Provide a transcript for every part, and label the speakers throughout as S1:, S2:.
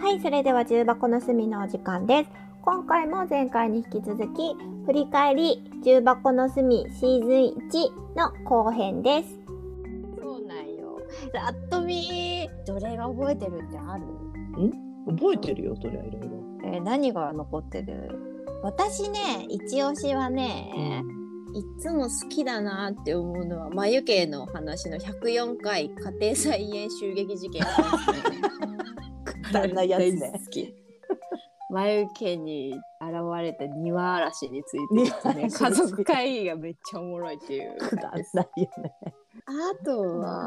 S1: はい、それでは重箱の隅のお時間です。今回も前回に引き続き、振り返り重箱の隅シーズン1の後編です。
S2: そうなんよ。あっとみー、どれが覚えてるってある
S3: 覚えてるよ、それはいろいろ。
S2: えー何が残ってる私ね、一押しはね、いつも好きだなって思うのは、眉毛の話の104回家庭菜園襲撃事件ですね。
S3: くだらない やつ
S2: 大
S3: ね
S2: 好き。眉毛に現れた庭嵐についてですね、
S3: 庭嵐
S2: 家族会議がめっちゃおもろいっていう。
S3: くだら ないよね。
S2: あとは、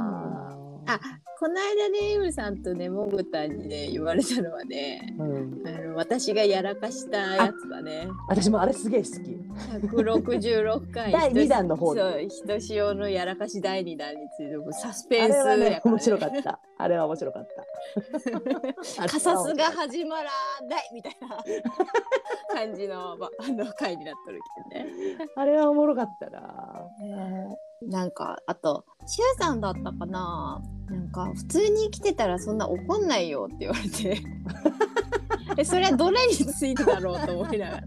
S2: あこの間ね、エムさんとね、モグタンにね、言われたのはね、
S3: うん、
S2: あの私がやらかしたやつだ ね。
S3: 私もあれすげえ好き。
S2: 166回。
S3: 第二弾の方
S2: そう、人潮のやらかし第2弾について、もうサス
S3: あ
S2: ペン
S3: れ
S2: ス
S3: はね
S2: や、ら
S3: 面白かった。あれは面白か った。
S2: カサスが始まらないみたいな感じの,、ま、あの回になっとるけどね。
S3: あれはおもろかったな。
S2: なんかあとシュウさんだったかななんか普通に生きてたらそんな怒んないよって言われて えそれはどれについてだろうと思いながら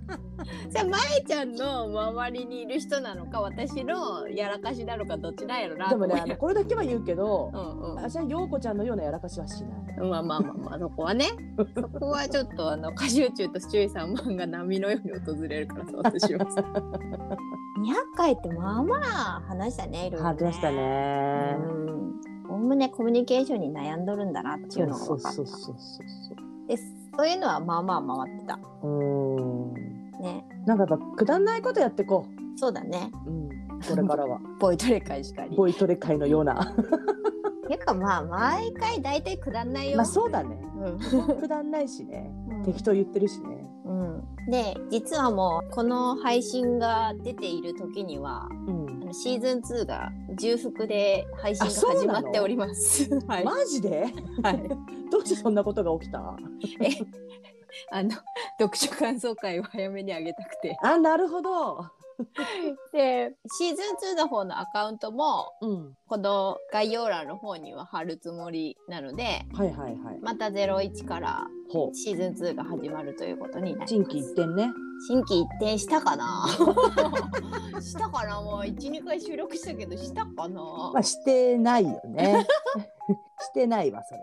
S2: じゃあまえちゃんの周りにいる人なのか私のやらかしなのかどっちなんやろな
S3: で
S2: と思
S3: も
S2: い
S3: ね、
S2: な
S3: あ
S2: がら
S3: のこれだけは言うけど、
S2: うん
S3: 私は陽子ちゃんのようなやらかしはしない。
S2: うんまあまあまあまあそこ はねそこはちょっとあの歌集中とシチュイさんマンが波のように訪れるからさ私 はさ
S1: 200回ってまあまあ話したね、いろいろ、ね。
S3: ね
S1: うん。おおむねコミュニケーションに悩んどるんだなってい
S3: そうう
S1: のが
S3: そう
S1: 分かった。
S3: そうそうそ
S1: です。そういうのはまあまあ回ってた。
S3: う。うん。
S1: ね。
S3: なんかやっぱくだらないことやってこ
S1: そうだね。
S3: う。うん。これ からは
S2: ボイトレ会しかり
S3: ボイトレ会のような。
S1: てかまあ、毎回大体くだんないよ。
S3: まあそうだね。
S2: うん
S3: くだらないしね。
S1: うん
S3: 適当言ってるしね。
S1: うん、で実はもうこの配信が出ている時には
S3: うん
S1: あ。のシーズン2が重複で配信
S3: あそ
S2: が
S3: う
S2: 始
S3: なの
S2: まっております。はい。
S3: マジで
S2: はい。
S3: どうしてそんなことが起きた
S2: あの読書感想会を早めにあげたくて。
S3: あなるほど、
S2: で、シーズン2の方のアカウントも
S3: うん、
S2: この概要欄の方には貼るつもりなので、
S3: はいはいはい
S2: また01から
S3: ほう
S2: シーズン2が始まるということになり
S3: 心
S2: ます。
S3: 機一転ね
S2: 心機一転したかな。 したかな。もう一二回収録したけどしたかな。
S3: まあしてないよ ねしてないわそれ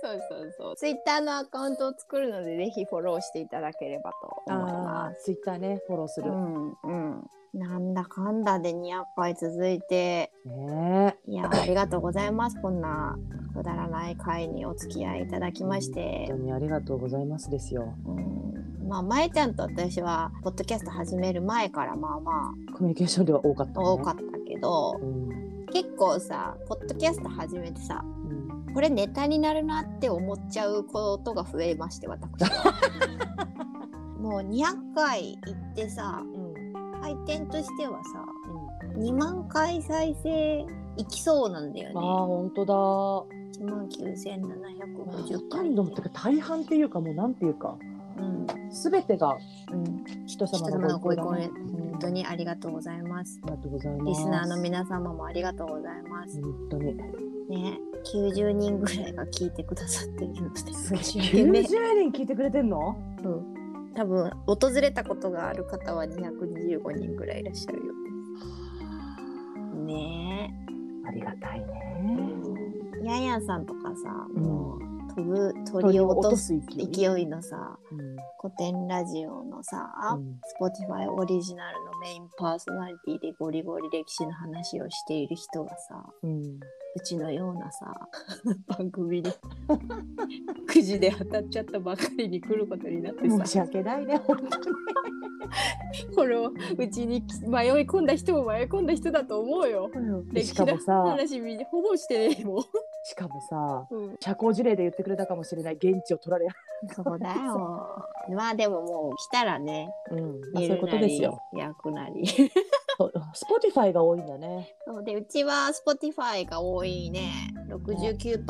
S2: そうそうそう。ツイッターのアカウントを作るので、ぜひフォローしていただければと思いま
S3: ツイッターねフォローす
S2: す。うんうん。なんだかんだで200回続いて、
S3: ね
S2: いや、ありがとうございます。こんなくだらない回にお付き合いいただき
S3: え
S2: まして
S3: 本。当にありがとうございますですよ
S2: うん、まあ、まえちゃんと私は、ポッドキャスト始める前からまあま
S3: コミュニケーションでは多かった、
S2: あ多かったけど、
S3: うん
S2: 結構さ、ポッドキャスト始めてさ、
S3: うん
S2: これネタになるなって思っちゃうことが増えまして私 はもう200回行ってさ
S3: うん
S2: 回転としてはさ2万回再生いきそうなんだよ
S3: ああ
S2: ね
S3: 本当
S2: 1万
S3: だ
S2: 9750
S3: ほと
S2: 回
S3: んどてか大半っていうかもうなんていうか
S2: うん
S3: すべてが
S2: うん、人
S3: 人様
S2: 様の
S3: の
S2: ご
S3: ご
S2: 意
S3: 意
S2: 向
S3: 向
S2: で
S3: ね
S2: 本当にありがとうございます
S3: ありがとうございます
S2: リスナーの皆様もありがとうございます
S3: 本当に
S2: ね90人ぐらいが聞いてくださっているので一生懸命
S3: 90人聞いてくれてんの
S2: 多分訪れたことがある方は225人ぐらいいらっしゃるようです。ね
S3: ありがたいね。
S2: え。やんやんさんとかさ、
S3: うん
S2: もう飛ぶ鳥を落とす勢いのさ
S3: うん
S2: 古典ラジオのさ、
S3: うん
S2: Spotify オリジナルのメインパーソナリティでゴリゴリ歴史の話をしている人がさ
S3: うん
S2: うちのようなさ 番組に くじで当たっちゃったばかりに来ることになってさ
S3: 申し訳ないね。本当に
S2: これをうちに迷い込んだ人も迷い込んだ人だと思うよ。歴
S3: し
S2: 史
S3: か
S2: の
S3: も さ、
S2: 話みほぼしてねえもん。
S3: しかもさ、
S2: うん、
S3: 社交辞令で言ってくれたかもしれない現地を取られ。
S2: そうだよ。 まあでももう来たらね、
S3: うん、まあ、そう
S2: 寝
S3: いう
S2: る
S3: こと
S2: な
S3: です
S2: り
S3: よ。
S2: 焼くなり。
S3: スポティファイが多いんだね。
S2: そうでうちは Spotify が多いね。69%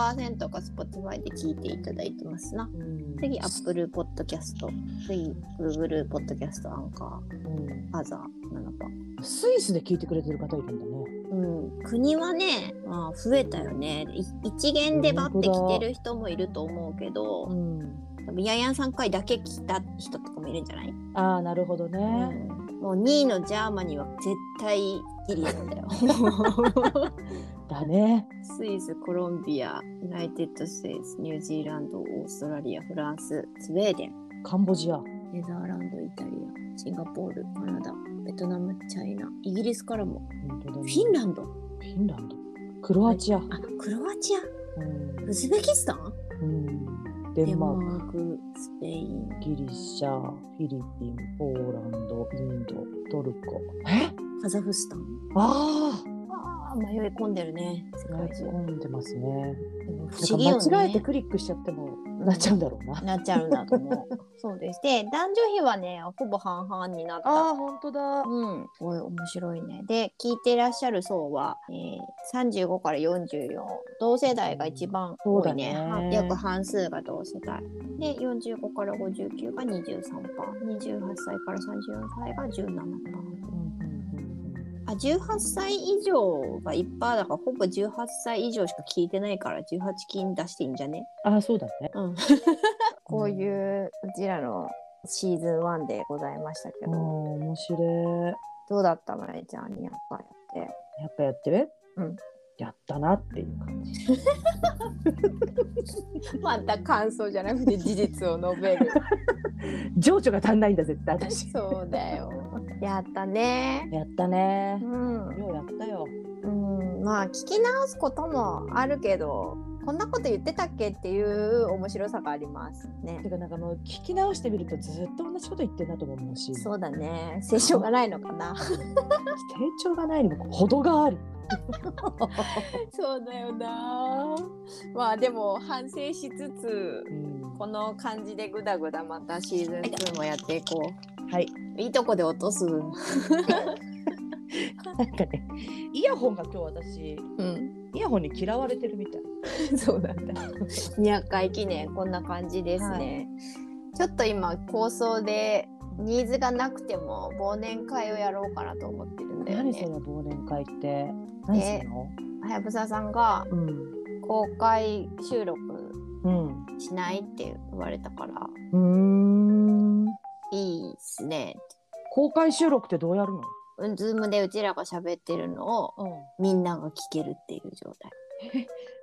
S2: が Spotify で聞いていただいてますな。
S3: うん
S2: 次 Apple Podcast、次 Google Podcast、アンカ
S3: うん
S2: ー、ファザーなのか。
S3: スイスで聞いてくれてる方いるんだね。
S2: うん、国はね、まあ、増えたよねい一元でバッて来てる人もいると思うけど、
S3: ん、
S2: ヤヤン3回だけ聞いた人とかもいるんじゃない、
S3: ああ、なるほどね。
S2: もう2位のジャーマニーは絶対ギリなんだ よ。
S3: だね。
S2: スイス、コロンビア、ユナイテッド・ステイツ、ニュージーランド、オーストラリア、フランス、スウェーデン、
S3: カンボジア。
S2: ネザーランド、イタリア、シンガポール、カナダ、ベトナム、チャイナ、イギリスからも、
S3: 本当だね
S2: フィンランド、
S3: フィンランド。クロアチア。
S2: あ、クロアチア、
S3: うん
S2: ウズベキスタン、
S3: うんデンマー
S2: ー
S3: ク、
S2: ク、スペイン、
S3: ギリシャ、フィリピン、ポーランド、インド、トルコ。え
S2: カザフスタン。
S3: あ
S2: ああ、迷い込んでるね、世
S3: あ迷い
S2: 界中。
S3: 込んでますね。
S2: でも不
S3: なん
S2: 思議よ
S3: か間違えて
S2: ね。
S3: クリックしちゃってもなっちゃうんだろうな。
S1: なっちゃうんだと思う。そうです。で、男女比はね、ほぼ半々になった。
S3: ああ、本当だ。
S1: うん、すごい面白いね。で、聞いてらっしゃる層は、えー、35から44、同世代が一番
S3: そう
S1: 多
S3: だ
S1: いね。
S3: ね
S1: は
S2: 約半数が同世代で45から59が23%28 歳から34歳が17%あ18歳以上が1%だからほぼ18歳以上しか聞いてないから18金出していいんじゃね
S3: ああ、そうだね。
S2: うん
S1: こういう、うちらのシーズン1でございましたけ
S3: ああ、
S1: ど、
S3: 面白い。
S1: どうだったまえちゃんにやっぱやって。
S3: やっぱやって
S1: うん。
S3: やったなっていう感じ。
S1: また感想じゃなくて事実を述 べる。
S3: 情緒が足んないんだ、絶対私。
S1: そうだよ。やったね。
S3: やったね
S1: う。ん。
S3: ようやったよ。
S1: うん、まあ聞き直すこともあるけどこんなこと言ってたっけっていう面白さがありますね
S3: て。かなんかもう聞き直してみるとずっと同じこと言ってんなとも思うし
S1: そうだね成長がないのかな。
S3: 成長がないにも程がある
S1: そうだよな。まあでも反省しつつ
S3: うん
S1: この感じでぐだぐだまたシーズン2もやっていこ
S3: はい。
S2: いいとこで落とす
S3: なんかね、イヤホンが今日私、
S1: う。うん、
S3: イヤホンに嫌われてる みたい。
S1: そうなんだ。200回記念こんな感じですね。ちょっと今構想でニーズがなくても忘年会をやろうかなと思ってるんだよね。
S3: 何その忘年会って。何するの、
S1: はやぶささんが公開収録
S3: うん。
S2: しないって言われたから
S3: うん。うーん。
S2: いいっすね
S3: 公開収録ってどうやるの
S2: うんズームでうちらが喋ってるのを
S3: うん。
S2: みんなが聞けるっていう状態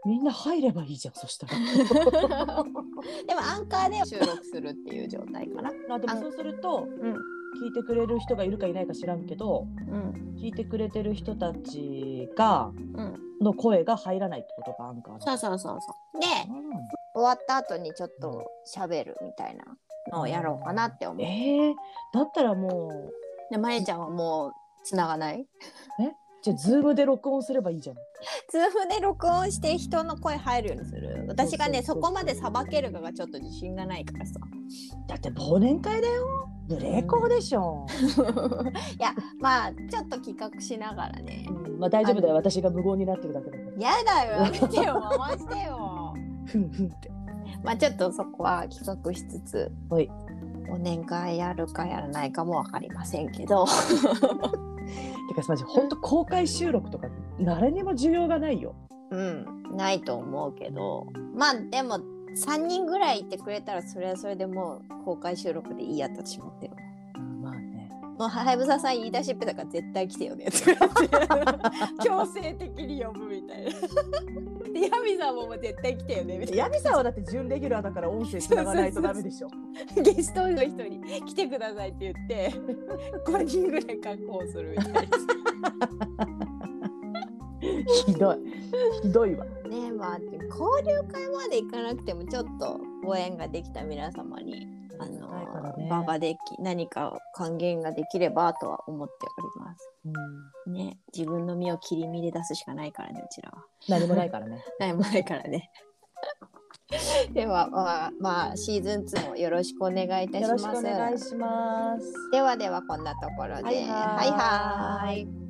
S3: みんな入ればいいじゃん、そした ら。
S1: でもアンカーで収録するっていう状態かな。
S3: あでもそうすると、
S1: うん
S3: 聞いてくれる人がいるかいないか知らんけど、
S2: うん
S3: 聞いてくれてる人たちが、
S2: うん
S3: の声が入らないってことか、アンカーの
S2: そうそうそうそ
S1: で
S3: う
S1: 終わった後にちょっと喋るみたいなのをやろうかなって思
S3: ん
S1: う。
S3: えー、だったらもう、
S2: うでまりちゃんはもう繋がない
S3: じゃあ、ズームで録音すればいいじゃん。
S1: 通風で録音して人の声入るようにする。私がね
S3: そ
S1: そう
S3: そうそ
S1: こ
S3: う
S1: までさばけるかがちょっと自信がないからさ。
S3: だって忘年会だよ。無礼講でしょ。
S1: いやまあちょっと企画しながらね。
S3: うんまあ大丈夫だよ。私が無言になってるだけだから。
S1: やだよやめてよ回してよ。
S3: ふんふんって。
S1: まあちょっとそこは企画しつつ、
S3: はい
S1: お年会やるかやらないかもわかりませんけど、
S3: てかさ、マジ本当公開収録とか誰にも需要がないよ。
S1: うん、ないと思うけど、まあでも3人ぐらいいてくれたらそれはそれでもう公開収録でいいやと私思ってる。
S3: まあね。
S1: もうはやぶささん言い出しっぺだから絶対来てよねとか言って 強制的に呼ぶみたいな。でヤミさんももう絶対来てよねみたいな
S3: ヤミさんはだって準レギュラーだから音声繋がないとダメでしょ。
S1: ゲストの人に来てくださいって言って5人ぐらい確保するみたいな。
S3: ひどい。ひどいわ。
S1: ねえまあ交流会まで行かなくてもちょっとご縁ができた皆様にあの
S3: ないからね
S1: 場ができ何か還元ができればとは思っております。
S3: うん。
S2: ね自分の身を切り身で出すしかないからねうちらは
S3: 何もないからね。
S2: ないもないからね
S1: ではまあ、まあ、シーズン2もよろしくお願いいたします。
S3: します。
S1: ではではこんなところで。
S3: はいはー
S1: は
S3: い
S1: いはーい